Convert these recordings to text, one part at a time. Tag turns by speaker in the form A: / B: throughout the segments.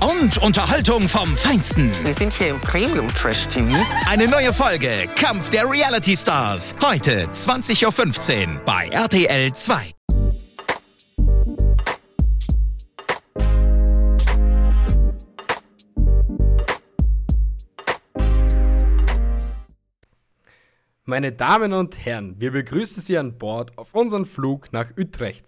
A: und Unterhaltung vom Feinsten.
B: Wir sind hier im Premium Trash TV.
A: Eine neue Folge Kampf der Reality Stars. Heute 20.15 Uhr bei RTL 2.
C: Meine Damen und Herren, wir begrüßen Sie an Bord auf unseren Flug nach Utrecht.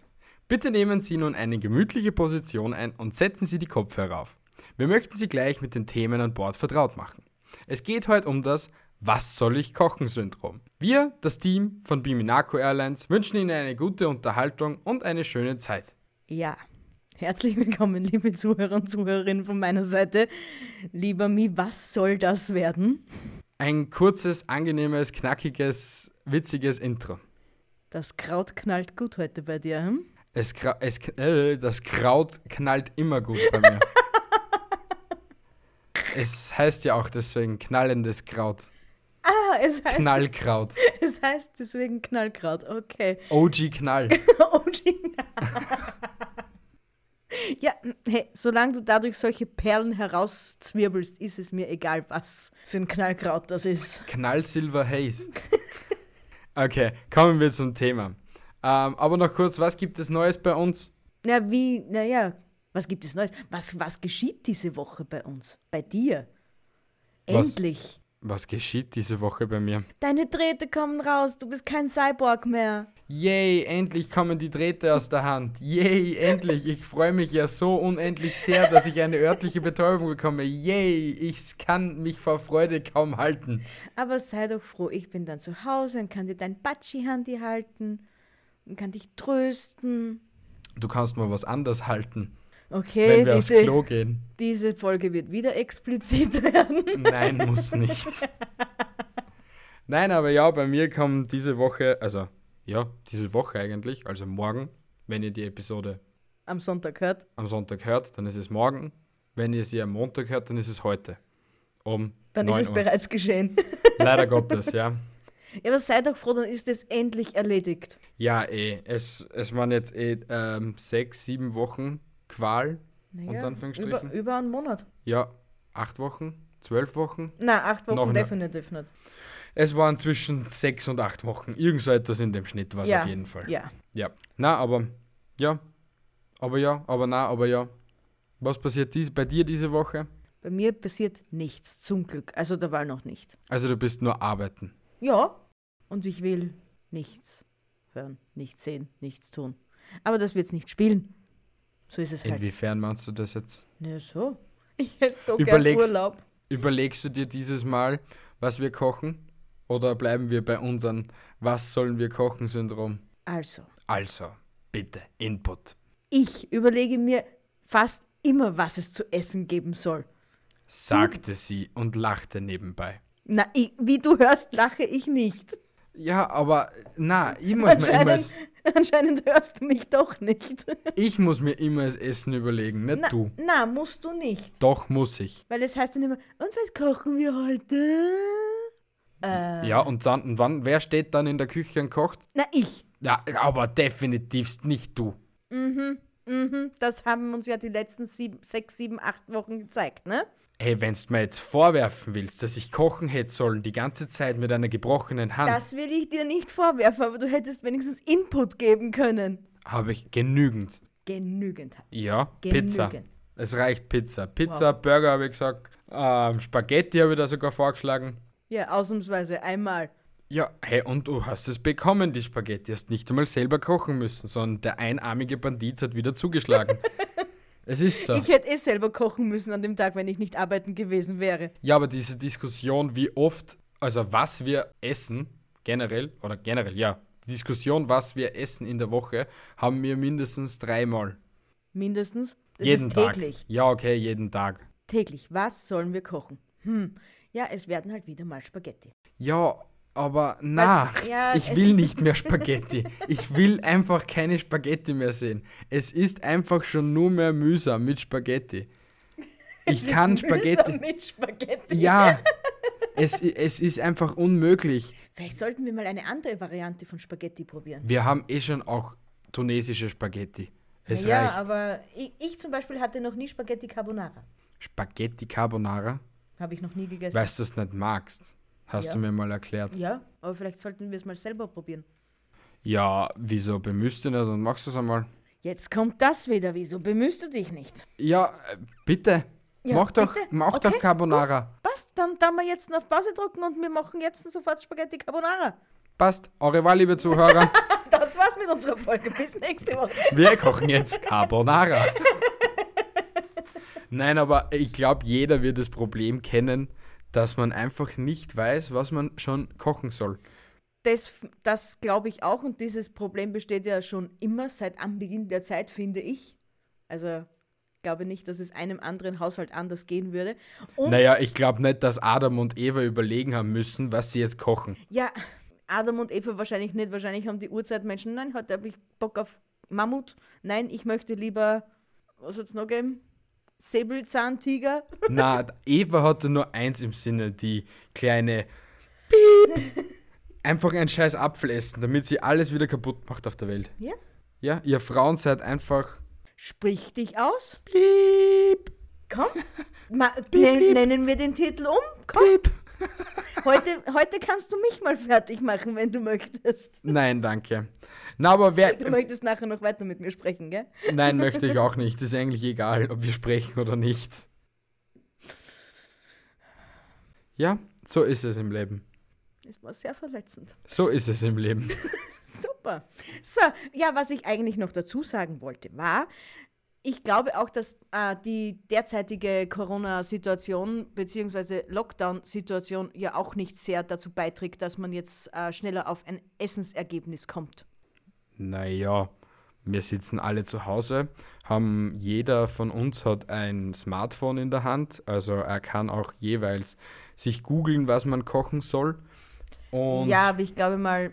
C: Bitte nehmen Sie nun eine gemütliche Position ein und setzen Sie die Kopfhörer auf. Wir möchten Sie gleich mit den Themen an Bord vertraut machen. Es geht heute um das Was soll ich kochen Syndrom. Wir, das Team von Biminaco Airlines, wünschen Ihnen eine gute Unterhaltung und eine schöne Zeit.
D: Ja, herzlich willkommen, liebe Zuhörer und Zuhörerinnen von meiner Seite. Lieber Mi, was soll das werden?
C: Ein kurzes, angenehmes, knackiges, witziges Intro.
D: Das Kraut knallt gut heute bei dir. Hm?
C: Es, kra- es, k- äh, das Kraut knallt immer gut bei mir. es heißt ja auch deswegen knallendes Kraut.
D: Ah, es heißt,
C: Knallkraut.
D: es heißt deswegen Knallkraut. Okay. Oh,
C: OG Knall.
D: Original. ja, hm, hey, solange du dadurch solche Perlen herauszwirbelst, ist es mir egal, was für ein Knallkraut das ist.
C: Knallsilver Haze. Okay, kommen wir zum Thema. Ähm, aber noch kurz, was gibt es Neues bei uns?
D: Na, wie, naja, was gibt es Neues? Was, was geschieht diese Woche bei uns? Bei dir?
C: Was?
D: Endlich.
C: Was geschieht diese Woche bei mir?
D: Deine Drähte kommen raus, du bist kein Cyborg mehr.
C: Yay, endlich kommen die Drähte aus der Hand. Yay, endlich. Ich freue mich ja so unendlich sehr, dass ich eine örtliche Betäubung bekomme. Yay, ich kann mich vor Freude kaum halten.
D: Aber sei doch froh, ich bin dann zu Hause und kann dir dein Batschi-Handi halten und kann dich trösten.
C: Du kannst mal was anders halten,
D: Okay,
C: wenn wir aufs Klo
D: diese,
C: gehen.
D: diese Folge wird wieder explizit werden.
C: Nein, muss nicht. Nein, aber ja, bei mir kommen diese Woche, also ja, diese Woche eigentlich, also morgen, wenn ihr die Episode
D: Am Sonntag hört.
C: am Sonntag hört, dann ist es morgen. Wenn ihr sie am Montag hört, dann ist es heute. Um
D: Dann
C: 9
D: ist es
C: Uhr.
D: bereits geschehen.
C: Leider Gottes, ja.
D: Ja, aber sei doch froh, dann ist es endlich erledigt.
C: Ja, eh. Es, es waren jetzt eh ähm, sechs, sieben Wochen Qual. Unter Anführungsstrichen.
D: über, über einen Monat.
C: Ja, acht Wochen, zwölf Wochen.
D: Na, acht Wochen
C: Noch ne? Also eine-
D: definitiv nicht.
C: Es waren zwischen sechs und acht Wochen. Irgend so etwas in dem Schnitt war es
D: ja,
C: auf jeden Fall.
D: Ja.
C: Ja. Na, aber ja. Aber ja, aber na, aber ja. Was passiert dies, bei dir diese Woche?
D: Bei mir passiert nichts, zum Glück. Also da war noch nicht.
C: Also du bist nur arbeiten.
D: Ja. Und ich will nichts hören, nichts sehen, nichts tun. Aber das wird's nicht spielen. So ist es halt.
C: Inwiefern meinst du das jetzt?
D: Na so. Ich hätte so
C: Überlegst-
D: gern Urlaub.
C: Überlegst du dir dieses Mal, was wir kochen? Oder bleiben wir bei unseren Was sollen wir kochen Syndrom?
D: Also,
C: Also, bitte, Input.
D: ich überlege mir fast immer, was es zu essen geben soll.
C: Sagte sie und lachte nebenbei.
D: Na, ich, wie du hörst, lache ich nicht.
C: Ja, aber na, ich muss, mir immer
D: Anscheinend,
C: das,
D: anscheinend hörst du mich doch nicht.
C: ich muss mir immer das Essen überlegen, nicht
D: Na,
C: du.
D: na, musst du nicht.
C: Doch muss ich.
D: Weil es heißt dann immer, und was kochen wir heute? Äh.
C: Ja, und dann, und wann, wer steht dann in der Küche und kocht?
D: Na, ich.
C: Ja, aber definitivst nicht du.
D: Mhm, das haben uns ja die letzten sieben, sechs, sieben, acht Wochen gezeigt, ne?
C: Hey, wenn's mir jetzt vorwerfen willst, dass ich kochen hätte sollen die ganze Zeit mit einer gebrochenen Hand,
D: Das will ich dir nicht vorwerfen, aber du hättest wenigstens Input geben können.
C: habe ich genügend.
D: Genügend.
C: Ja,
D: Genügend.
C: Pizza. Es reicht Pizza. Pizza, Burger habe ich gesagt. Ähm, Spaghetti habe ich da sogar vorgeschlagen.
D: Ja, ausnahmsweise einmal.
C: Ja, hey, und du hast es bekommen, die Spaghetti. Hast nicht einmal selber kochen müssen, sondern der einarmige Bandit hat wieder zugeschlagen. es ist so.
D: Ich hätte eh selber kochen müssen an dem Tag, wenn ich nicht arbeiten gewesen wäre.
C: Ja, aber diese Diskussion, wie oft, also was wir essen, generell, oder generell, ja, die Diskussion, was wir essen in der Woche, haben wir mindestens dreimal.
D: Mindestens. Das
C: jeden
D: ist
C: Tag.
D: täglich.
C: Ja, okay, jeden Tag.
D: Täglich. Was sollen wir kochen? Hm. Ja, es werden halt wieder mal Spaghetti.
C: Ja, aber na,
D: Ja,
C: ich
D: es-
C: will nicht mehr Spaghetti. Ich will einfach keine Spaghetti mehr sehen. Es ist einfach schon nur mehr mühsam mit Spaghetti. Ich
D: Es ist
C: kann
D: mühsam
C: Spaghetti.
D: Mit Spaghetti.
C: Ja, es, i- es ist einfach unmöglich.
D: Vielleicht sollten wir mal eine andere Variante von Spaghetti probieren.
C: Wir haben eh schon auch tunesische Spaghetti. Es
D: ja,
C: reicht.
D: aber ich, ich zum Beispiel hatte noch nie Spaghetti Carbonara.
C: Spaghetti Carbonara,
D: Habe ich noch nie gegessen.
C: weil du es nicht magst, hast
D: Ja.
C: du mir mal erklärt.
D: Ja, aber vielleicht sollten wir es mal selber probieren.
C: Ja, wieso bemühst du nicht und machst du es einmal?
D: Jetzt kommt das wieder. Wieso bemühst du dich nicht?
C: Ja, äh, bitte.
D: Ja,
C: mach doch,
D: bitte.
C: mach
D: Okay,
C: doch Carbonara.
D: Passt, dann da wir jetzt auf Pause drücken und wir machen jetzt sofort Spaghetti Carbonara.
C: Passt. Eure Wahl, liebe Zuhörer.
D: Das war's mit unserer Folge. Bis nächste Woche.
C: Wir kochen jetzt Carbonara. Nein, aber ich glaube, jeder wird das Problem kennen, dass man einfach nicht weiß, was man schon kochen soll.
D: Das, das glaube ich auch und dieses Problem besteht ja schon immer seit Anbeginn der Zeit, finde ich. Also glaube nicht, dass es einem anderen Haushalt anders gehen würde. Und
C: Naja, ich glaube nicht, dass Adam und Eva überlegen haben müssen, was sie jetzt kochen.
D: ja, Adam und Eva wahrscheinlich nicht. Wahrscheinlich haben die Urzeitmenschen, nein, heute habe ich Bock auf Mammut. Nein, ich möchte lieber, was hat's noch geben? Säbelzahntiger.
C: Na, Eva hatte nur eins im Sinne, die kleine Piep. Einfach einen scheiß Apfel essen, damit sie alles wieder kaputt macht auf der Welt.
D: Ja.
C: Ja, ihr Frauen seid einfach
D: Sprich dich aus.
C: Piep.
D: Komm, ma, nen, nennen wir den Titel um. Komm. Heute, heute kannst du mich mal fertig machen, wenn du möchtest.
C: Nein, danke. Na, aber wer.
D: Du möchtest nachher noch weiter mit mir sprechen, gell?
C: Nein, möchte ich auch nicht. Ist eigentlich egal, ob wir sprechen oder nicht. Ja, so ist es im Leben.
D: Das war sehr verletzend.
C: So ist es im Leben.
D: Super. So, ja, was ich eigentlich noch dazu sagen wollte, war, ich glaube auch, dass äh, die derzeitige Corona-Situation bzw. Lockdown-Situation ja auch nicht sehr dazu beiträgt, dass man jetzt äh, schneller auf ein Essensergebnis kommt.
C: Naja, wir sitzen alle zu Hause, haben jeder von uns hat ein Smartphone in der Hand, also er kann auch jeweils sich googeln, was man kochen soll. Und
D: ja, aber ich glaube mal,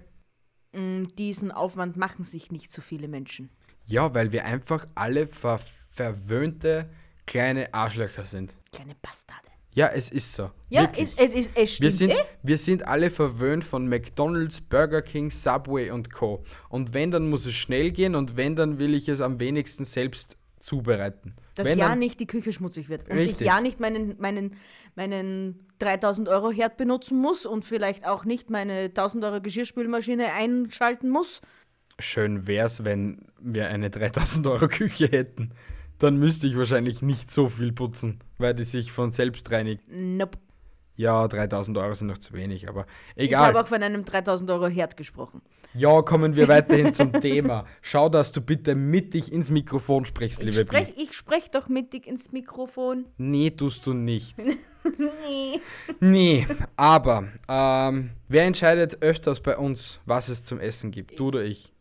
D: mh, diesen Aufwand machen sich nicht so viele Menschen.
C: ja, weil wir einfach alle ver verwöhnte kleine Arschlöcher sind.
D: Kleine Bastarde.
C: Ja, es ist so.
D: Ja,
C: Wirklich.
D: es, es, es, es stimmt.
C: Wir sind,
D: eh.
C: wir sind alle verwöhnt von McDonalds, Burger King, Subway und Co. Und wenn, dann muss es schnell gehen und wenn, dann will ich es am wenigsten selbst zubereiten.
D: Dass
C: wenn,
D: ja
C: dann,
D: nicht die Küche schmutzig wird. Und ich
C: Richtig.
D: ja nicht meinen, meinen, meinen 3000-Euro-Herd benutzen muss und vielleicht auch nicht meine 1000-Euro-Geschirrspülmaschine einschalten muss.
C: Schön wär's, wenn wir eine 3000 Euro Küche hätten. Dann müsste ich wahrscheinlich nicht so viel putzen, weil die sich von selbst reinigt.
D: Nope.
C: Ja, 3000 Euro sind noch zu wenig, aber
D: Ich habe
C: egal.
D: auch von einem 3000-Euro-Herd gesprochen.
C: Ja, kommen wir weiterhin zum Thema. Schau, dass du bitte mittig ins Mikrofon sprichst,
D: Ich
C: liebe Bi.
D: spreche ich sprech doch mittig ins Mikrofon.
C: Nee, tust du nicht. nee. aber ähm, wer entscheidet öfters bei uns, was es zum Essen gibt? Du oder ich?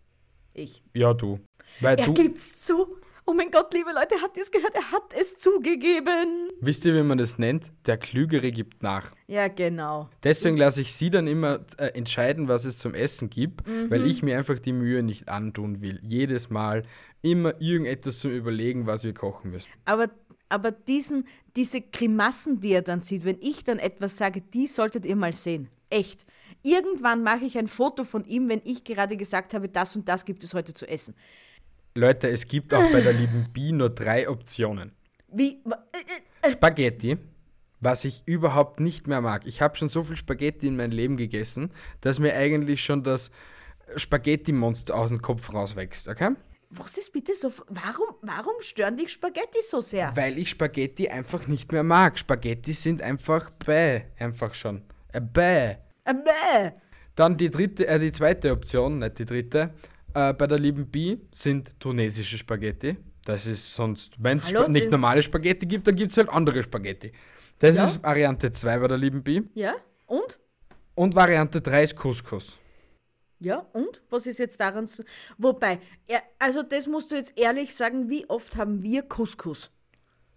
D: Ich.
C: Ja, du. Weil
D: Er
C: du,
D: gibt's zu. Oh mein Gott, liebe Leute, habt ihr es gehört? Er hat es zugegeben.
C: wisst ihr, wie man das nennt? Der Klügere gibt nach.
D: Ja, genau.
C: Deswegen lasse ich sie dann immer äh, entscheiden, was es zum Essen gibt, weil ich mir einfach die Mühe nicht antun will. Jedes Mal immer irgendetwas zum Überlegen, was wir kochen müssen.
D: Aber, aber diesen, diese Grimassen, die er dann sieht, wenn ich dann etwas sage, die solltet ihr mal sehen. Echt. Irgendwann mache ich ein Foto von ihm, wenn ich gerade gesagt habe, das und das gibt es heute zu essen.
C: Leute, es gibt auch bei der lieben Bi nur drei Optionen.
D: Wie? wa- äh, äh,
C: Spaghetti, was ich überhaupt nicht mehr mag. Ich habe schon so viel Spaghetti in meinem Leben gegessen, dass mir eigentlich schon das Spaghetti-Monster aus dem Kopf rauswächst, okay?
D: Was ist bitte so? Warum, warum stören dich Spaghetti so sehr?
C: Weil ich Spaghetti einfach nicht mehr mag. Spaghetti sind einfach bäh, einfach schon. Äh, bäh.
D: Äh, bäh.
C: Dann die dritte, äh, die zweite Option, nicht die dritte, äh, bei der lieben Bi sind tunesische Spaghetti. Das ist sonst, wenn es
D: Hallo,
C: nicht
D: die-
C: normale Spaghetti gibt, dann gibt es halt andere Spaghetti. Das ist Variante 2 bei der lieben Bi.
D: Ja? Und?
C: Und Variante 3 ist Couscous.
D: Ja, und? Was ist jetzt daran so? Wobei, ja, also das musst du jetzt ehrlich sagen, wie oft haben wir Couscous?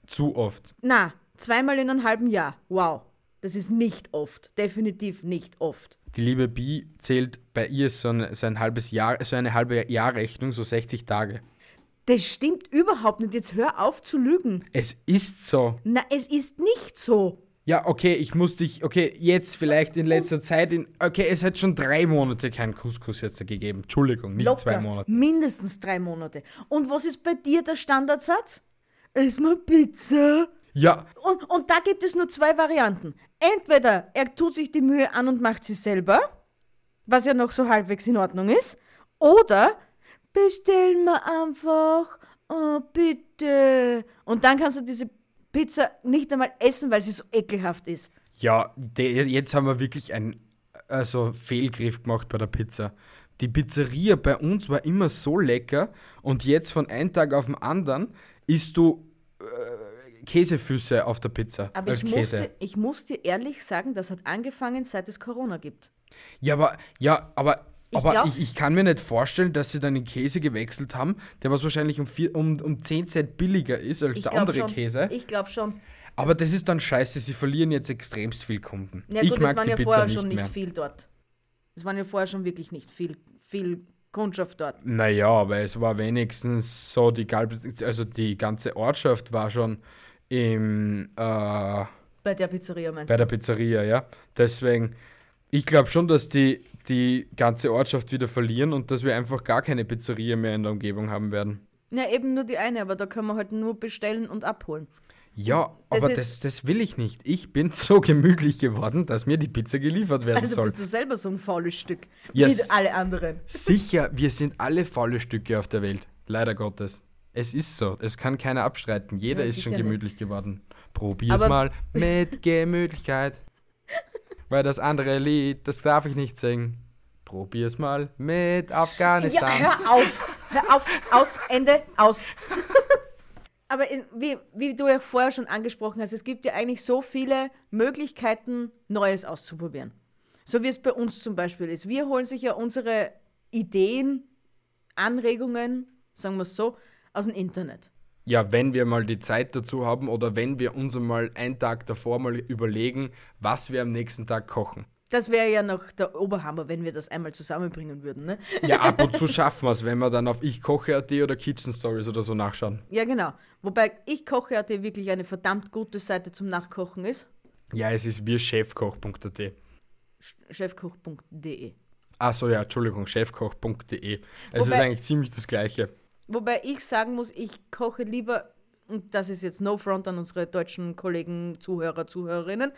C: Zu oft.
D: Na, zweimal in einem halben Jahr. Wow. Das ist nicht oft. Definitiv nicht oft.
C: Die liebe Bi zählt bei ihr so ein, so ein halbes Jahr, so eine halbe Jahrrechnung, so 60 Tage.
D: Das stimmt überhaupt nicht. Jetzt hör auf zu lügen.
C: Es ist so.
D: Na, es ist nicht so.
C: Ja, okay, ich muss dich, okay, jetzt vielleicht in letzter Zeit, in, okay, es hat schon drei Monate keinen Couscous jetzt gegeben. Entschuldigung, nicht zwei Monate.
D: Mindestens drei Monate. Und was ist bei dir der Standardsatz? Ess mal Pizza.
C: Ja,
D: Und, und da gibt es nur zwei Varianten. Entweder er tut sich die Mühe an und macht sie selber, was ja noch so halbwegs in Ordnung ist, oder bestell mir einfach, oh bitte. Und dann kannst du diese Pizza nicht einmal essen, weil sie so ekelhaft ist.
C: ja, de, jetzt haben wir wirklich einen also Fehlgriff gemacht bei der Pizza. Die Pizzeria bei uns war immer so lecker und jetzt von einem Tag auf den anderen isst du äh, Käsefüße auf der Pizza
D: Aber
C: als
D: ich muss,
C: Käse.
D: dir, ich muss dir ehrlich sagen, das hat angefangen, seit es Corona gibt.
C: Ja, aber, ja, aber,
D: Ich
C: aber
D: glaub-
C: ich, ich kann mir nicht vorstellen, dass sie dann den Käse gewechselt haben, der was wahrscheinlich um, vier, um, um 10 Cent billiger ist als
D: Ich
C: der
D: glaub
C: andere
D: schon,
C: Käse.
D: Ich glaube schon.
C: aber das ist dann scheiße, sie verlieren jetzt extremst viel Kunden.
D: Na
C: ich
D: gut,
C: mag
D: es waren
C: die
D: ja
C: Pizza
D: vorher
C: nicht
D: schon nicht
C: mehr.
D: viel dort. Es waren ja vorher schon wirklich nicht viel, viel Kundschaft dort.
C: Naja, aber es war wenigstens so, die, Galb- also die ganze Ortschaft war schon im, äh, bei
D: Bei der Pizzeria meinst
C: der Pizzeria, ja. Deswegen, ich glaube schon, dass die, die ganze Ortschaft wieder verlieren und dass wir einfach gar keine Pizzeria mehr in der Umgebung haben werden.
D: du? Ja, eben nur die eine, aber da können wir halt nur bestellen und abholen.
C: Ja,
D: Das
C: aber
D: ist-
C: das, das will ich nicht. Ich bin so gemütlich geworden, dass mir die Pizza geliefert werden
D: Also
C: soll.
D: bist du selber so ein faules Stück.
C: Yes.
D: Wie alle anderen.
C: Sicher, wir sind alle faule Stücke auf der Welt. Leider Gottes. Es ist so. Es kann keiner abstreiten. Jeder
D: Ja,
C: ist schon
D: sicher nicht.
C: gemütlich geworden. Probier's
D: Aber-
C: mal mit Gemütlichkeit. Weil das andere Lied, das darf ich nicht singen. Probier's mal mit
D: Ja,
C: Afghanistan.
D: hör auf. Hör auf. Aus. Ende. Aus. Aber in, wie, wie du ja vorher schon angesprochen hast, es gibt ja eigentlich so viele Möglichkeiten, Neues auszuprobieren. So wie es bei uns zum Beispiel ist. Wir holen sich ja unsere Ideen, Anregungen, sagen wir es so, aus dem Internet.
C: Ja, wenn wir mal die Zeit dazu haben oder wenn wir uns einmal einen Tag davor mal überlegen, was wir am nächsten Tag kochen.
D: Das wäre ja noch der Oberhammer, wenn wir das einmal zusammenbringen würden, ne?
C: Ja, ab und zu schaffen wir es, wenn wir dann auf Ich koche.at oder Kitchen Stories oder so nachschauen.
D: Ja, genau. Wobei ich koche ja die wirklich eine verdammt gute Seite zum Nachkochen ist.
C: Ja, es ist wir chefkoch.at.
D: Chefkoch.de.
C: Achso, ja, Entschuldigung, chefkoch.de. Es ist
D: Wobei-
C: eigentlich ziemlich das Gleiche.
D: Wobei ich sagen muss, ich koche lieber, und das ist jetzt no front an unsere deutschen Kollegen, Zuhörer, Zuhörerinnen,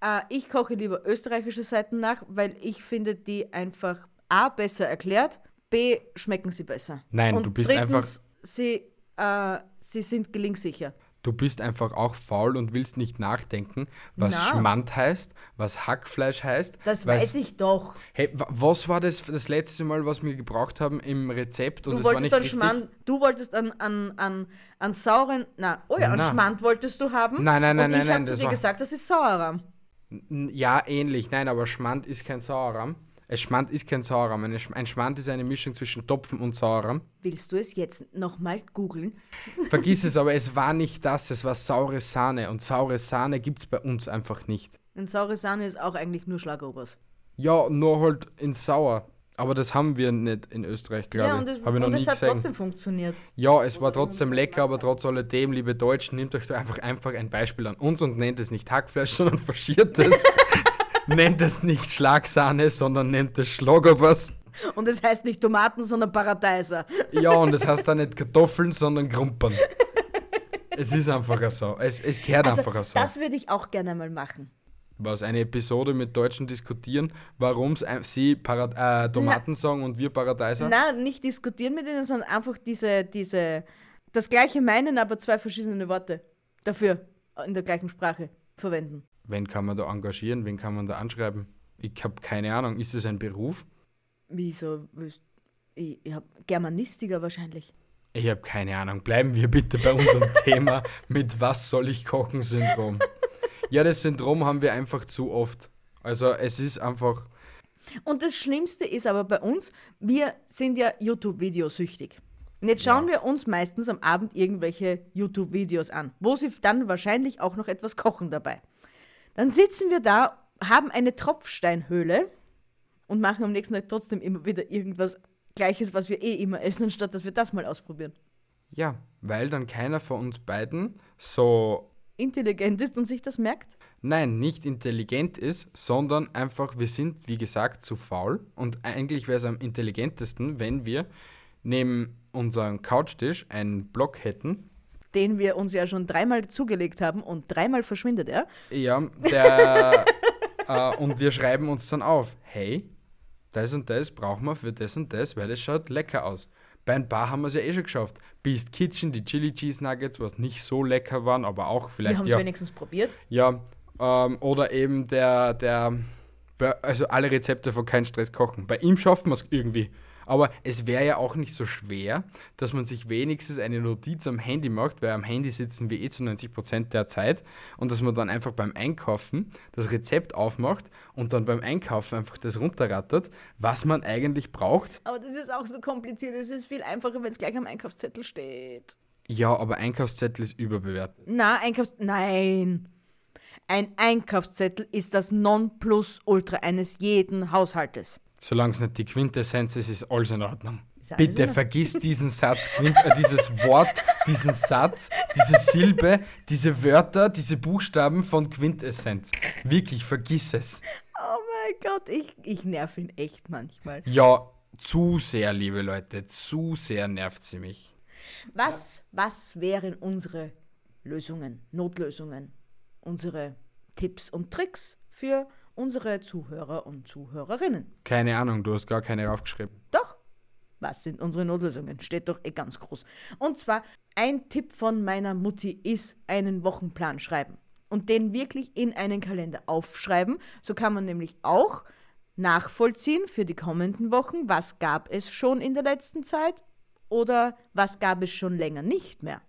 D: äh, ich koche lieber österreichische Seiten nach, weil ich finde die einfach A, besser erklärt, B, schmecken sie besser.
C: Nein,
D: und
C: du bist
D: drittens, Sie, äh, sie sind gelingsicher.
C: Du bist einfach auch faul und willst nicht nachdenken, was
D: Na.
C: Schmand heißt, was Hackfleisch heißt.
D: Das
C: was,
D: weiß ich doch.
C: Hey, wa- was war das, das letzte Mal, was wir gebraucht haben im Rezept? Und
D: Du
C: es war
D: wolltest,
C: nicht
D: an
C: richtig?
D: Schmand, du wolltest an, an, an, an sauren, na, oh ja, an
C: Na.
D: Schmand wolltest du haben.
C: Nein, nein, nein,
D: und
C: nein,
D: ich
C: nein,
D: habe zu
C: das
D: dir
C: war-
D: gesagt, das ist Sauerrahm.
C: N- Ja, ähnlich. Nein, aber Schmand ist kein Sauerrahm. Ein Schmand ist kein Sauerrahm. Eine Sch- Ein Schmand ist eine Mischung zwischen Topfen und Sauerrahm.
D: Willst du es jetzt nochmal googeln?
C: Vergiss es, aber es war nicht das, es war saure Sahne. Und saure Sahne gibt es bei uns einfach nicht.
D: Denn saure Sahne ist auch eigentlich nur Schlagobers.
C: Ja, nur halt in sauer. Aber das haben wir nicht in Österreich, glaube
D: ja, und
C: ich.
D: es,
C: Habe ich noch
D: und
C: nie
D: es hat
C: gesehen.
D: trotzdem funktioniert.
C: Ja, es war trotzdem lecker, aber trotz alledem, liebe Deutschen, nehmt euch doch einfach, einfach ein Beispiel an uns und nennt es nicht Hackfleisch, sondern faschiert es. nennt es nicht Schlagsahne, sondern nennt es Schlagobers.
D: Und es heißt nicht Tomaten, sondern Paradeiser.
C: Ja, und das heißt dann nicht Kartoffeln, sondern Grumpern. es ist einfach so. Es, es gehört
D: Also,
C: einfach so.
D: das würde ich auch gerne mal machen.
C: was eine Episode mit Deutschen diskutieren, warum sie Parad äh, Tomaten sagen und wir Paradeiser.
D: Na, nicht diskutieren mit ihnen, sondern einfach diese, diese, das gleiche meinen, aber zwei verschiedene Worte dafür in der gleichen Sprache verwenden.
C: Wen kann man da engagieren? Wen kann man da anschreiben? Ich habe keine Ahnung. Ist es ein Beruf?
D: Wieso? willst- Ich, ich hab Germanistiker wahrscheinlich.
C: Ich habe keine Ahnung. Bleiben wir bitte bei unserem Thema mit Was soll ich kochen Syndrom. Ja, das Syndrom haben wir einfach zu oft. Also es ist einfach,
D: Und das Schlimmste ist aber bei uns, wir sind ja YouTube-Videosüchtig. Und jetzt schauen wir uns meistens am Abend irgendwelche YouTube-Videos an, wo sie dann wahrscheinlich auch noch etwas kochen dabei. Dann sitzen wir da, haben eine Tropfsteinhöhle und machen am nächsten Tag trotzdem immer wieder irgendwas Gleiches, was wir eh immer essen, anstatt dass wir das mal ausprobieren.
C: Ja, weil dann keiner von uns beiden so,
D: Intelligent ist und sich das merkt.
C: nein, nicht intelligent ist, sondern einfach, wir sind, wie gesagt, zu faul. Und eigentlich wäre es am intelligentesten, wenn wir neben unserem Couchtisch einen Block hätten.
D: den wir uns ja schon dreimal zugelegt haben und dreimal verschwindet er.
C: Ja, der, äh, und wir schreiben uns dann auf, hey, das und das brauchen wir für das und das, weil es schaut lecker aus. Bei ein paar haben wir es ja eh schon geschafft. Beast Kitchen, die Chili Cheese Nuggets, was nicht so lecker waren, aber auch
D: Wir
C: vielleicht
D: haben es
C: ja.
D: wenigstens probiert.
C: Ja, ähm, oder eben der, der, bei- also alle Rezepte von Kein Stress kochen. Bei ihm schaffen wir es irgendwie. Aber es wäre ja auch nicht so schwer, dass man sich wenigstens eine Notiz am Handy macht, weil am Handy sitzen wir eh zu 90% der Zeit und dass man dann einfach beim Einkaufen das Rezept aufmacht und dann beim Einkaufen einfach das runterrattert, was man eigentlich braucht.
D: Aber das ist auch so kompliziert. Es ist viel einfacher, wenn es gleich am Einkaufszettel steht.
C: Ja, aber Einkaufszettel ist überbewertet.
D: Na, Einkaufs... Nein. Ein Einkaufszettel ist das Nonplusultra eines jeden Haushaltes.
C: Solange es nicht die Quintessenz ist, ist alles in Ordnung.
D: alles in
C: Bitte
D: Ordnung.
C: vergiss diesen Satz, Quint- äh, dieses Wort, diesen Satz, diese Silbe, diese Wörter, diese Buchstaben von Quintessenz. Wirklich, vergiss es.
D: Oh mein Gott, ich, ich nerv ihn echt manchmal.
C: Ja, zu sehr, liebe Leute, zu sehr nervt sie mich.
D: Was, was wären unsere Lösungen, Notlösungen, unsere Tipps und Tricks für unsere Zuhörer und Zuhörerinnen?
C: Keine Ahnung, du hast gar keine aufgeschrieben.
D: Doch. Was sind unsere Notlösungen? Steht doch eh ganz groß. Und zwar, ein Tipp von meiner Mutti ist, einen Wochenplan schreiben. Und den wirklich in einen Kalender aufschreiben. So kann man nämlich auch nachvollziehen für die kommenden Wochen, was gab es schon in der letzten Zeit oder was gab es schon länger nicht mehr.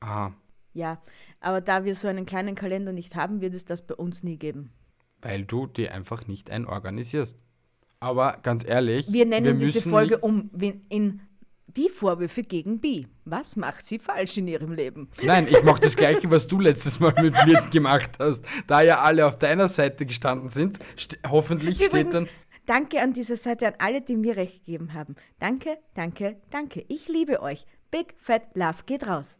C: Aha,
D: Ja, aber da wir so einen kleinen Kalender nicht haben, wird es das bei uns nie geben.
C: weil du die einfach nicht einorganisierst. Aber ganz ehrlich,
D: Wir nennen diese
C: müssen
D: Folge
C: nicht-
D: um win- in die Vorwürfe gegen B. Was macht sie falsch in ihrem Leben?
C: Nein, ich mache das Gleiche, was du letztes Mal mit mir gemacht hast. Da ja alle auf deiner Seite gestanden sind, st hoffentlich steht
D: Übrigens,
C: dann.
D: danke an dieser Seite an alle, die mir recht gegeben haben. Danke, danke, danke. Ich liebe euch. Big Fat Love geht raus.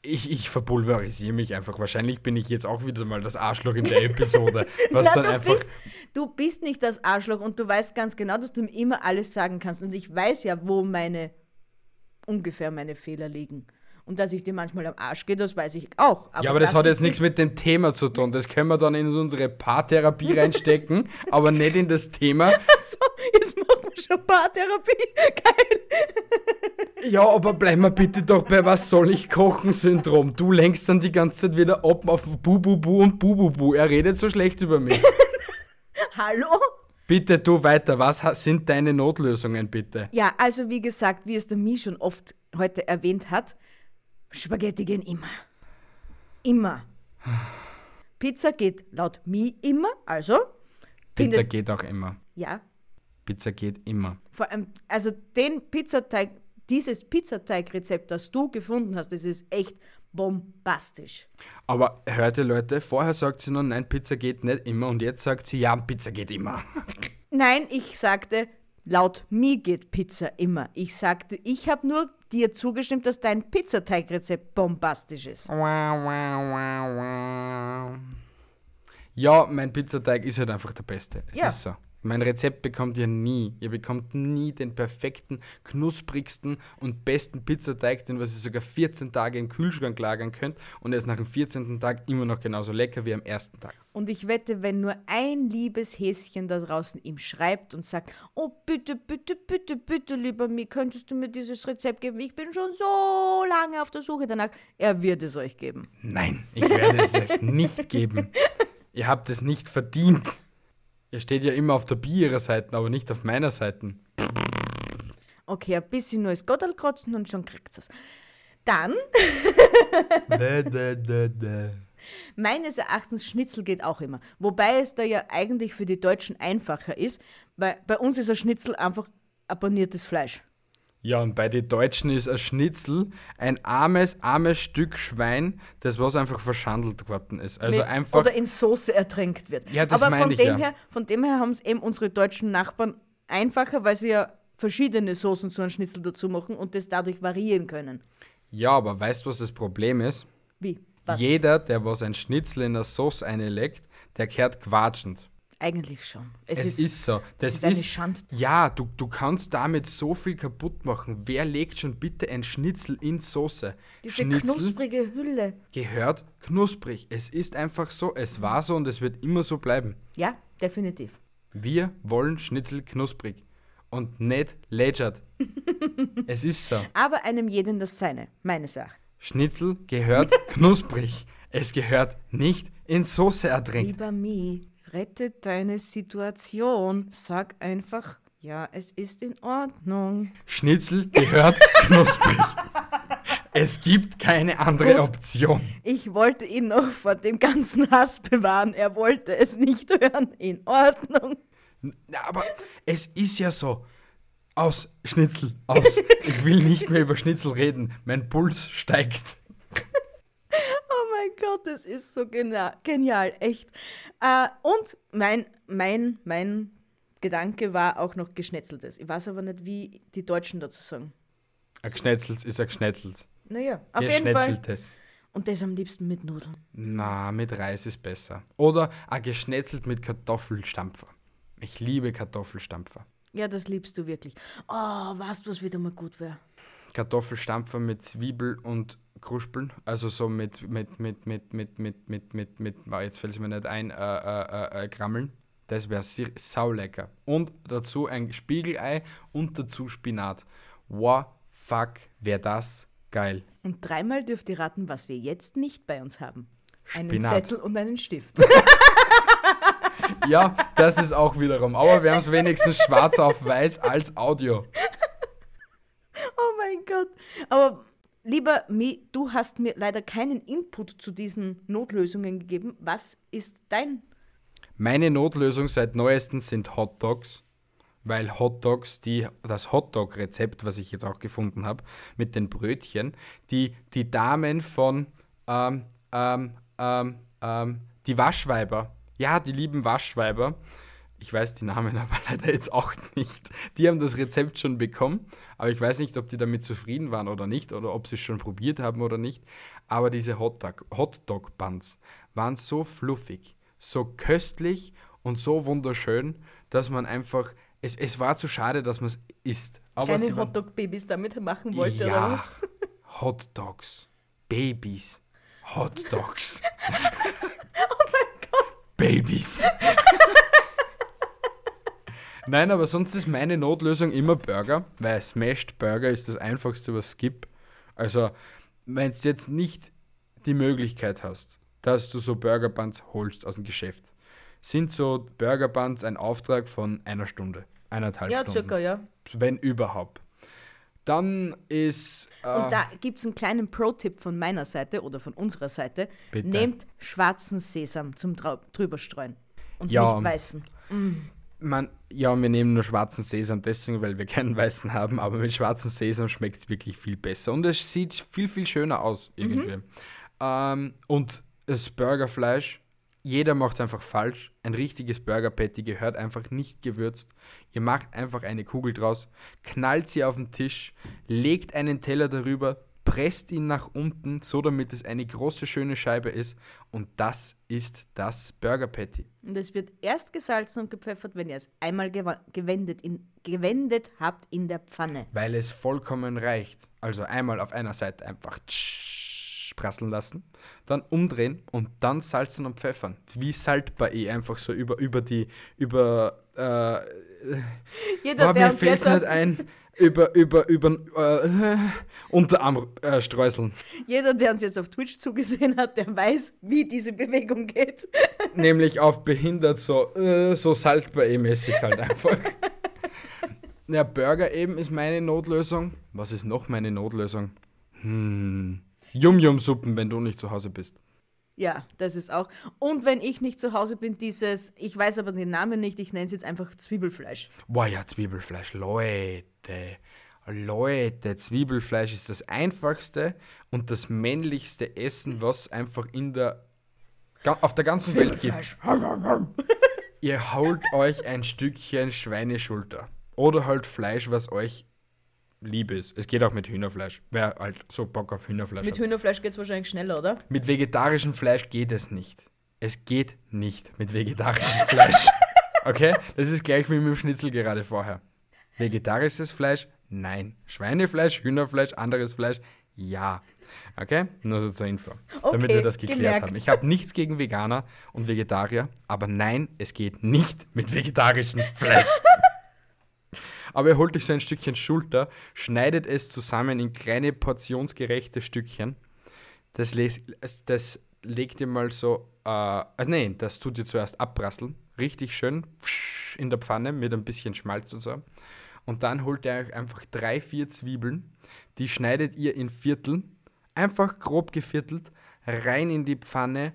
C: Ich, ich verpulverisiere mich einfach. Wahrscheinlich bin ich jetzt auch wieder mal das Arschloch in der Episode. Was
D: Na,
C: dann
D: du,
C: einfach.
D: bist, du bist nicht das Arschloch und du weißt ganz genau, dass du ihm immer alles sagen kannst. Und ich weiß ja, wo meine ungefähr meine Fehler liegen. Und dass ich dir manchmal am Arsch gehe, das weiß ich auch.
C: Ja, aber das, hat
D: ist
C: jetzt nichts mit dem Thema zu tun. Das können wir dann in unsere Paartherapie reinstecken, aber nicht in das Thema.
D: So, jetzt machen wir schon Paartherapie. Geil.
C: Ja, aber bleib mal bitte doch bei Was soll ich kochen Syndrom. Du lenkst dann die ganze Zeit wieder ab auf Bu-Bu-Bu und Bu-Bu-Bu. Er redet so schlecht über mich.
D: Hallo?
C: Bitte tu weiter. Was ha- sind deine Notlösungen, bitte?
D: Ja, also wie gesagt, wie es der Mi schon oft heute erwähnt hat, Spaghetti gehen immer. Immer. Pizza geht laut Mi immer, also
C: Pizza
D: findet-
C: geht auch immer.
D: ja,
C: Pizza geht immer.
D: vor allem also den Pizzateig, dieses Pizzateigrezept, das du gefunden hast, das ist echt bombastisch.
C: Aber hört ihr Leute, vorher sagt sie noch, nein, Pizza geht nicht immer und jetzt sagt sie, ja, Pizza geht immer.
D: Nein, ich sagte, laut mir geht Pizza immer. Ich sagte, ich habe nur dir zugestimmt, dass dein Pizzateigrezept bombastisch ist.
C: Ja, mein Pizzateig ist halt einfach der beste. Es
D: Ja.
C: ist so. Mein Rezept bekommt ihr nie. Ihr bekommt nie den perfekten, knusprigsten und besten Pizzateig, den was ihr sogar 14 Tage im Kühlschrank lagern könnt und er ist nach dem 14. Tag immer noch genauso lecker wie am ersten Tag.
D: Und ich wette, wenn nur ein liebes Häschen da draußen ihm schreibt und sagt, oh bitte, bitte, bitte, bitte, lieber Mi, könntest du mir dieses Rezept geben? Ich bin schon so lange auf der Suche danach. Er wird es euch geben.
C: Nein, ich werde es euch nicht geben. Ihr habt es nicht verdient. Ihr steht ja immer auf der Bi ihrer Seiten, aber nicht auf meiner Seite.
D: Okay, ein bisschen neues Gottel krotzen und schon kriegt es. Dann Meines Erachtens Schnitzel geht auch immer. Wobei es da ja eigentlich für die Deutschen einfacher ist, weil bei uns ist ein Schnitzel einfach ein paniertes Fleisch.
C: Ja, und bei den Deutschen ist ein Schnitzel ein armes, armes Stück Schwein, das was einfach verschandelt worden ist. Also
D: Mit-
C: einfach.
D: oder in Soße ertränkt wird.
C: Ja, das
D: Aber
C: meine
D: von
C: ich
D: dem
C: ja.
D: her, von dem her haben es eben unsere deutschen Nachbarn einfacher, weil sie ja verschiedene Soßen zu einem Schnitzel dazu machen und das dadurch variieren können.
C: Ja, aber weißt du, was das Problem ist?
D: Wie? Was?
C: Jeder, der was ein Schnitzel in der Sauce einlegt, der kehrt quatschend.
D: Eigentlich schon. Es,
C: Es, ist,
D: ist,
C: so. Das
D: ist eine Schande.
C: Ja, du, du kannst damit so viel kaputt machen. Wer legt schon bitte ein Schnitzel in Soße?
D: diese
C: Schnitzel
D: knusprige Hülle.
C: gehört knusprig. Es ist einfach so. Es war so und es wird immer so bleiben.
D: Ja, definitiv.
C: Wir wollen Schnitzel knusprig und nicht lätschert. es ist so.
D: Aber einem jeden das seine, meines Erachtens.
C: Schnitzel gehört knusprig. Es gehört nicht in Soße ertränkt.
D: Lieber Mi, rette deine Situation. Sag einfach, ja, es ist in Ordnung.
C: Schnitzel gehört knusprig. Es gibt keine andere Option.
D: Ich wollte ihn noch vor dem ganzen Hass bewahren. Er wollte es nicht hören. In Ordnung.
C: Na, aber es ist ja so. Aus, Schnitzel, aus. Ich will nicht mehr über Schnitzel reden. Mein Puls steigt.
D: Oh mein Gott, das ist so genial, genial echt. Äh, und mein, mein, mein Gedanke war auch noch Geschnetzeltes. Ich weiß aber nicht, wie die Deutschen dazu sagen.
C: Ein Geschnetzels ist ein Geschnetzels.
D: Naja, auf
C: Ihr
D: jeden Fall.
C: Schnetzeltes.
D: Und das am liebsten mit Nudeln.
C: Na, mit Reis ist besser. Oder ein geschnetzelt mit Kartoffelstampfer. Ich liebe Kartoffelstampfer.
D: Ja, das liebst du wirklich. Oh, weißt du, was wieder mal gut wäre?
C: Kartoffelstampfer mit Zwiebel und Kruspeln. Also so mit, mit, mit, mit, mit, mit, mit, mit, mit, ah, jetzt fällt es mir nicht ein, äh, äh, äh, äh, Krammeln. Das wäre saulecker. Und dazu ein Spiegelei und dazu Spinat. Wow, fuck, wäre das geil.
D: Und dreimal dürft ihr raten, was wir jetzt nicht bei uns haben. Einen
C: Spinat.
D: Zettel und einen Stift.
C: Ja, das ist auch wiederum. Aber wir haben es wenigstens schwarz auf weiß als Audio.
D: Oh mein Gott. Aber lieber Mi, du hast mir leider keinen Input zu diesen Notlösungen gegeben. Was ist dein?
C: Meine Notlösung seit neuestem sind Hot Dogs, weil Hot Dogs, die, das Hot Dog-Rezept, was ich jetzt auch gefunden habe, mit den Brötchen, die die Damen von, ähm, ähm, ähm, ähm, die Waschweiber, ja, die lieben Waschweiber, ich weiß die Namen aber leider jetzt auch nicht, die haben das Rezept schon bekommen, aber ich weiß nicht, ob die damit zufrieden waren oder nicht oder ob sie es schon probiert haben oder nicht, aber diese Hot Dog- Hot Dog Buns waren so fluffig so köstlich und so wunderschön, dass man einfach, es, es war zu schade, dass man es isst. Aber
D: Kleine
C: sie waren-
D: Hotdog-Babys damit machen wollte oder
C: ja,
D: was?
C: Hot Dogs, Babys, Hot Dogs. oh mein
D: Oh
C: Gott. Babys. Nein, aber sonst ist meine Notlösung immer Burger, weil Smashed Burger ist das einfachste, was es gibt. Also, wenn du jetzt nicht die Möglichkeit hast, dass du so Burger Buns holst aus dem Geschäft, sind so Burger Buns ein Auftrag von einer Stunde, eineinhalb
D: Ja,
C: Stunden,
D: circa, ja. Und
C: wenn überhaupt. Dann ist
D: da gibt es einen kleinen Pro-Tipp von meiner Seite oder von unserer Seite.
C: Bitte.
D: Nehmt schwarzen Sesam zum Trau- drüberstreuen und
C: Ja.
D: nicht weißen.
C: Man, ja, wir nehmen nur schwarzen Sesam deswegen, weil wir keinen weißen haben, aber mit schwarzen Sesam schmeckt es wirklich viel besser und es sieht viel, viel schöner aus irgendwie. Ähm, und das Burgerfleisch, jeder macht es einfach falsch. Ein richtiges Burger Patty gehört einfach nicht gewürzt. Ihr macht einfach eine Kugel draus, knallt sie auf den Tisch, legt einen Teller darüber, presst ihn nach unten, so damit es eine große, schöne Scheibe ist und das ist das Burger Patty.
D: Und es wird erst gesalzen und gepfeffert, wenn ihr es einmal gewa- gewendet, in, gewendet habt in der Pfanne.
C: weil es vollkommen reicht. Also einmal auf einer Seite einfach tsch- prasseln lassen, dann umdrehen und dann salzen und pfeffern. Wie saltbar eh einfach so über, über die, über, äh,
D: Jeder,
C: boah,
D: der
C: mir
D: uns
C: fällt
D: jetzt
C: nicht ein, über, über, über, äh, Unterarm äh, streuseln.
D: Jeder, der uns jetzt auf Twitch zugesehen hat, der weiß, wie diese Bewegung geht.
C: Nämlich auf behindert, so, äh, so saltbar eh mäßig halt einfach. Ja, Burger eben ist meine Notlösung. Was ist noch meine Notlösung? Hm. Yum-Yum-Suppen, wenn du nicht zu Hause bist.
D: Ja, das ist auch. Und wenn ich nicht zu Hause bin, dieses, ich weiß aber den Namen nicht, ich nenne es jetzt einfach Zwiebelfleisch.
C: Boah, ja, Zwiebelfleisch, Leute. Leute, Zwiebelfleisch ist das einfachste und das männlichste Essen, was einfach in der, ga- auf der ganzen Welt gibt. Ihr holt euch ein Stückchen Schweineschulter oder halt Fleisch, was euch lieb ist. Es geht auch mit Hühnerfleisch. Wer halt so Bock auf Hühnerfleisch
D: Mit
C: hat.
D: Hühnerfleisch geht es wahrscheinlich schneller, oder?
C: Mit vegetarischem Fleisch geht es nicht. Es geht nicht mit vegetarischem Fleisch. Okay? Das ist gleich wie mit dem Schnitzel gerade vorher. Vegetarisches Fleisch? Nein. Schweinefleisch, Hühnerfleisch, anderes Fleisch? Ja. Okay? Nur so zur Info. damit
D: Okay,
C: wir das geklärt
D: gemerkt.
C: haben. Ich habe nichts gegen Veganer und Vegetarier, aber nein, es geht nicht mit vegetarischem Fleisch. Aber er holt euch so ein Stückchen Schulter, schneidet es zusammen in kleine portionsgerechte Stückchen. Das, les, das legt ihr mal so, äh, ah, nein, das tut ihr zuerst abprasseln. Richtig schön pfsch, in der Pfanne mit ein bisschen Schmalz und so. Und dann holt ihr euch einfach drei, vier Zwiebeln, die schneidet ihr in Vierteln, einfach grob geviertelt, rein in die Pfanne,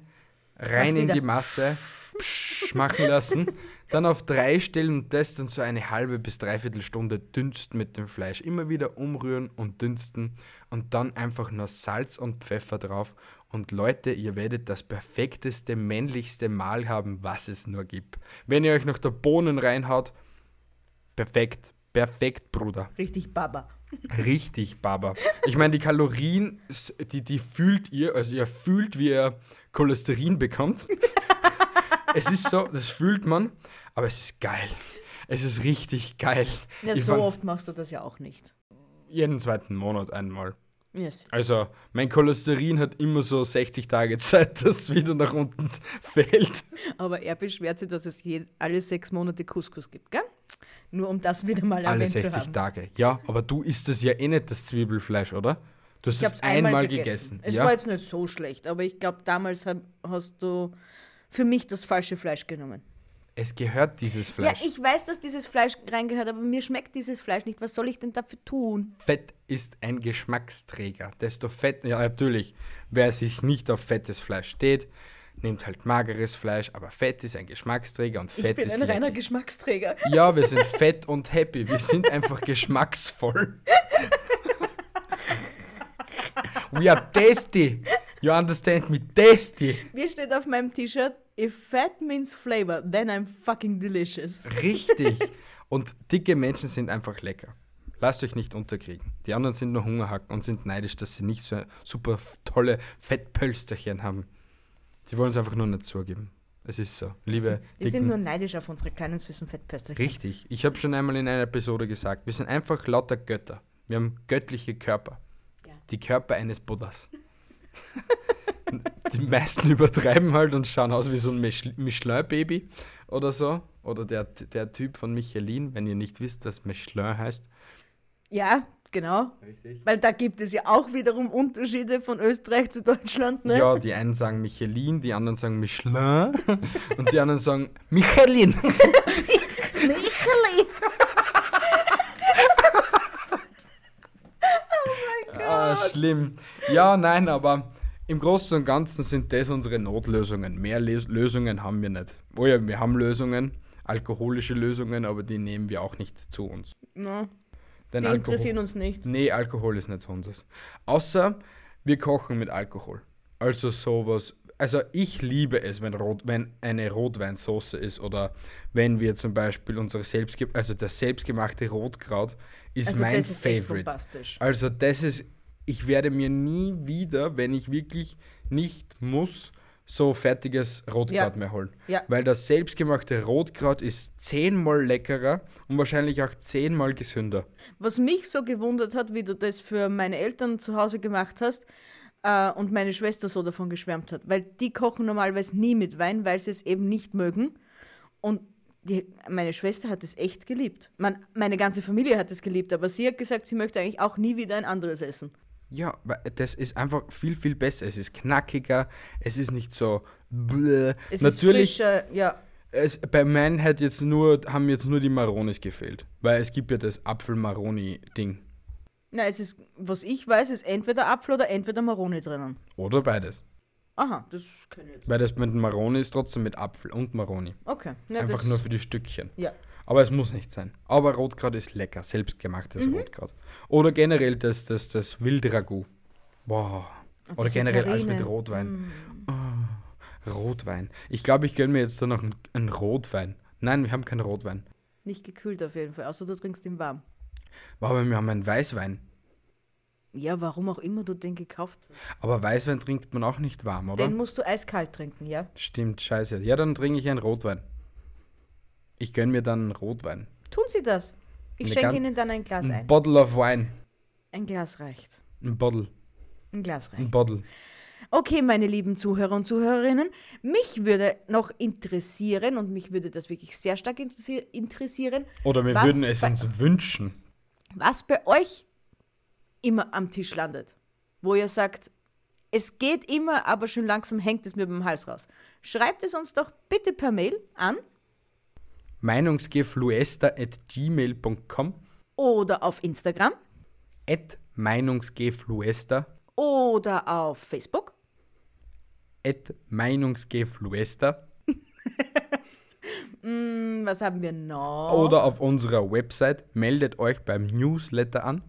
C: rein
D: Und
C: in
D: wieder
C: die Masse, psch, machen lassen, dann auf drei Stellen und das dann so eine halbe bis dreiviertel Stunde dünsten mit dem Fleisch. Immer wieder umrühren und dünsten und dann einfach nur Salz und Pfeffer drauf. Und Leute, ihr werdet das perfekteste, männlichste Mahl haben, was es nur gibt. Wenn ihr euch noch der Bohnen reinhaut, perfekt, perfekt, Bruder.
D: Richtig Baba.
C: Richtig, Baba. Ich meine, die Kalorien, s- die, die fühlt ihr, also ihr fühlt, wie ihr Cholesterin bekommt. es ist so, das fühlt man, aber es ist geil. Es ist richtig geil.
D: Ja,
C: Ich
D: so
C: war-
D: oft machst du das ja auch nicht.
C: Jeden zweiten Monat einmal.
D: Yes.
C: Also, mein Cholesterin hat immer so 60 Tage Zeit, dass es wieder nach unten fällt.
D: Aber er beschwert sich, dass es je, alle sechs Monate Couscous gibt, gell? Nur um das wieder mal
C: Alle
D: erwähnt zu
C: 60
D: haben.
C: Tage. Ja, aber du isst es ja eh nicht, das Zwiebelfleisch, oder? Du hast
D: Ich habe
C: es
D: es einmal gegessen. Es
C: ja?
D: war jetzt nicht so schlecht, aber ich glaube, damals hab, hast du für mich das falsche Fleisch genommen.
C: es gehört dieses Fleisch.
D: Ja, ich weiß, dass dieses Fleisch reingehört, aber mir schmeckt dieses Fleisch nicht. Was soll ich denn dafür tun?
C: Fett ist ein Geschmacksträger. Desto fett, ja natürlich, wer sich nicht auf fettes Fleisch steht, nimmt halt mageres Fleisch, aber Fett ist ein Geschmacksträger und Fett ist lecker.
D: Geschmacksträger.
C: Ja, wir sind fett und happy. Wir sind einfach geschmacksvoll. We are tasty. You understand me? Tasty.
D: Mir steht auf meinem T-Shirt, if fat means flavor, then I'm fucking delicious.
C: Richtig. Und dicke Menschen sind einfach lecker. Lasst euch nicht unterkriegen. Die anderen sind nur Hungerhaken und sind neidisch, dass sie nicht so super f- tolle Fettpölsterchen haben. Sie wollen es einfach nur nicht zugeben. Es ist so. Liebe
D: Die sind
C: dicken-
D: nur neidisch auf unsere kleinen süßen Fettpösterchen.
C: Richtig. Ich habe schon einmal in einer Episode gesagt, wir sind einfach lauter Götter. Wir haben göttliche Körper. Die Körper eines Buddhas. Die meisten übertreiben halt und schauen aus wie so ein Mich- Michelin-Baby oder so. Oder der, der Typ von Michelin, wenn ihr nicht wisst, was Michelin heißt.
D: Ja, genau. Weil da gibt es ja auch wiederum Unterschiede von Österreich zu Deutschland, ne?
C: Ja, die einen sagen Michelin, die anderen sagen Michelin und die anderen sagen Michelin.
D: Michelin.
C: Ah, schlimm. Ja, nein, aber im Großen und Ganzen sind das unsere Notlösungen. Mehr Les Lösungen haben wir nicht. Oh ja, wir haben Lösungen, alkoholische Lösungen, aber die nehmen wir auch nicht zu uns.
D: No,
C: Denn
D: die
C: Alkohol-
D: interessieren uns nicht.
C: Nee, Alkohol ist nicht unseres. Außer wir kochen mit Alkohol. Also sowas. Also ich liebe es, wenn, Rot, wenn eine Rotweinsauce ist oder wenn wir zum Beispiel unsere selbstge also das selbstgemachte Rotkraut ist
D: Also
C: mein
D: das ist echt
C: Favorite.
D: bombastisch.
C: Also das ist, ich werde mir nie wieder, wenn ich wirklich nicht muss, so fertiges Rotkraut
D: Ja.
C: mehr holen.
D: Ja.
C: Weil das selbstgemachte Rotkraut ist zehnmal leckerer und wahrscheinlich auch zehnmal gesünder.
D: Was mich so gewundert hat, wie du das für meine Eltern zu Hause gemacht hast äh, und meine Schwester so davon geschwärmt hat, weil die kochen normalerweise nie mit Wein, weil sie es eben nicht mögen. Und die, meine Schwester hat es echt geliebt. Man, meine ganze Familie hat es geliebt, aber sie hat gesagt, sie möchte eigentlich auch nie wieder ein anderes essen.
C: Ja, weil das ist einfach viel, viel besser. Es ist knackiger, es ist nicht so. Bläh.
D: Es
C: Natürlich,
D: ist frischer, ja.
C: es, bei Man hat jetzt nur, haben jetzt nur die Maronis gefehlt. Weil es gibt ja das Apfel-Maroni-Ding.
D: Na, es ist, was ich weiß, ist entweder Apfel oder entweder Marone drinnen.
C: Oder beides.
D: Aha, das kann ich jetzt.
C: Weil das mit Maroni ist trotzdem mit Apfel und Maroni.
D: Okay. Na,
C: Einfach
D: das,
C: nur für die Stückchen.
D: Ja.
C: Aber es muss nicht sein. Aber Rotkraut ist lecker, selbstgemachtes
D: Mhm.
C: Rotkraut. Oder generell das, das, das Wildragout. Wow. Oder
D: diese
C: generell alles mit
D: Terrine. Mhm.
C: Rotwein. Oh, Rotwein. Ich glaube, ich gönne mir jetzt da noch einen, einen Rotwein. Nein, wir haben keinen Rotwein.
D: Nicht gekühlt auf jeden Fall, außer du trinkst ihn warm.
C: Wow, aber wir haben einen Weißwein.
D: Ja, warum auch immer du den gekauft hast.
C: Aber Weißwein trinkt man auch nicht warm, oder?
D: Den musst du eiskalt trinken, ja?
C: Stimmt, scheiße. Ja, dann trinke ich einen Rotwein. Ich gönne mir dann einen Rotwein.
D: Tun sie das. Ich
C: Eine
D: schenke
C: ganz- Mm.
D: ihnen dann ein Glas
C: Ein
D: ein.
C: Bottle of Wine.
D: Ein Glas reicht.
C: Ein Bottle.
D: Ein Glas reicht.
C: Ein Bottle.
D: Okay, meine lieben Zuhörer und Zuhörerinnen, mich würde noch interessieren und mich würde das wirklich sehr stark interessi interessieren,
C: Oder wir
D: Was
C: würden es
D: bei-
C: uns wünschen.
D: was bei euch immer am Tisch landet. Wo ihr sagt, es geht immer, aber schon langsam hängt es mir beim Hals raus. Schreibt es uns doch bitte per Mail an
C: Meinungsgefluester at gmail.com
D: oder auf Instagram
C: at Meinungsgefluester
D: oder auf Facebook.
C: at Meinungsgefluester
D: Hm, Was haben wir noch?
C: oder auf unserer Website meldet euch beim Newsletter an.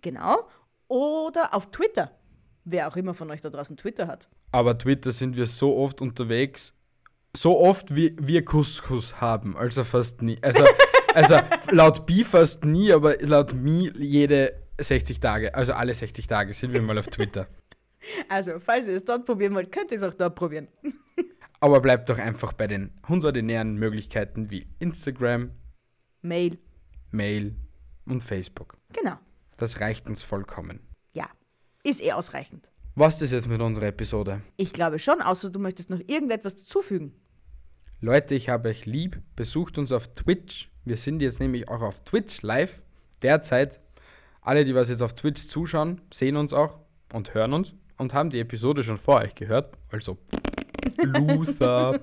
D: Genau. Oder auf Twitter. Wer auch immer von euch da draußen Twitter hat.
C: Aber Twitter sind wir so oft unterwegs, so oft wie wir Couscous haben, also fast nie. Also, also laut B fast nie, aber laut Mi jede 60 Tage, also alle 60 Tage sind wir mal auf Twitter.
D: Also, falls ihr es dort probieren wollt, könnt ihr es auch dort probieren.
C: Aber bleibt doch einfach bei den ordinären Möglichkeiten wie Instagram,
D: Mail.
C: Mail und Facebook.
D: Genau.
C: Das reicht uns vollkommen.
D: Ja. Ist eh ausreichend.
C: Was ist jetzt mit unserer Episode?
D: Ich glaube schon, außer du möchtest noch irgendetwas dazufügen.
C: Leute, ich habe euch lieb. Besucht uns auf Twitch. Wir sind jetzt nämlich auch auf Twitch live. Derzeit. Alle, die was jetzt auf Twitch zuschauen, sehen uns auch und hören uns und haben die Episode schon vor euch gehört. Also, Loser.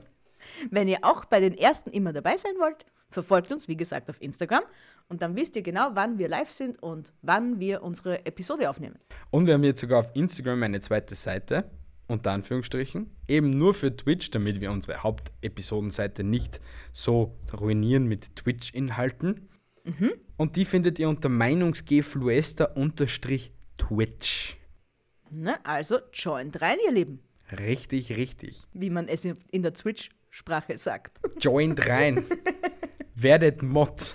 D: Wenn ihr auch bei den ersten immer dabei sein wollt, verfolgt uns, wie gesagt, auf Instagram. Und dann wisst ihr genau, wann wir live sind und wann wir unsere Episode aufnehmen.
C: Und wir haben jetzt sogar auf Instagram eine zweite Seite, unter Anführungsstrichen, eben nur für Twitch, damit wir unsere Hauptepisodenseite nicht so ruinieren mit Twitch-Inhalten. Und die findet ihr unter Meinungsgefluester-Twitch.
D: Ne? Also, joint rein, ihr Lieben.
C: Richtig, richtig.
D: Wie man es in in der Twitch-Sprache sagt.
C: Joint rein. Werdet Mod.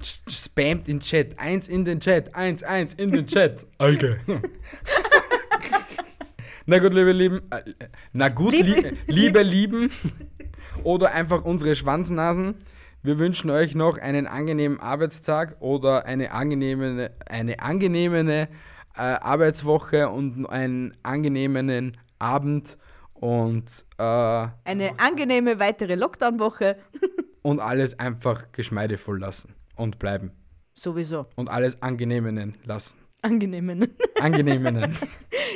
C: S- Spamt in Chat. Eins in den Chat. Eins, eins in den Chat. Alge. Na gut, liebe Lieben. äh, Na gut,
D: Liebe-
C: li liebe Lieben. Oder einfach unsere Schwanznasen. Wir wünschen euch noch einen angenehmen Arbeitstag oder eine angenehme, eine angenehme äh, Arbeitswoche und einen angenehmen Abend und äh,
D: Eine angenehme weitere Lockdown-Woche.
C: und alles einfach geschmeidevoll lassen und bleiben.
D: Sowieso.
C: Und alles Angenehmen lassen.
D: Angenehmen.
C: Angenehmen.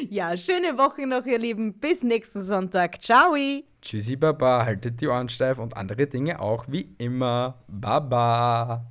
D: Ja, schöne Woche noch, ihr Lieben. Bis nächsten Sonntag. Ciao.
C: Tschüssi, Baba. Haltet die Ohren steif und andere Dinge auch wie immer. Baba.